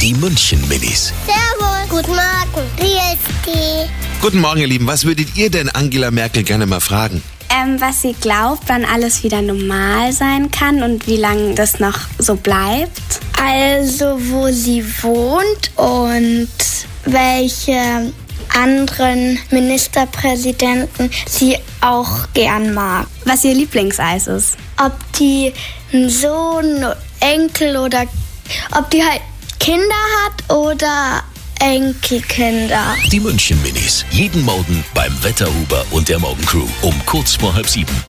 Die München Minis. Servus. Guten Morgen. Wie Guten Morgen, ihr Lieben. Was würdet ihr denn Angela Merkel gerne mal fragen? Ähm, was sie glaubt, wann alles wieder normal sein kann und wie lange das noch so bleibt. Also, wo sie wohnt und welche anderen Ministerpräsidenten sie auch gern mag. Was ihr Lieblingseis ist. Ob die einen Sohn, Enkel oder ob die halt Kinder hat oder Enkelkinder. Die München Minis. Jeden Morgen beim Wetterhuber und der Morgencrew um kurz vor halb sieben.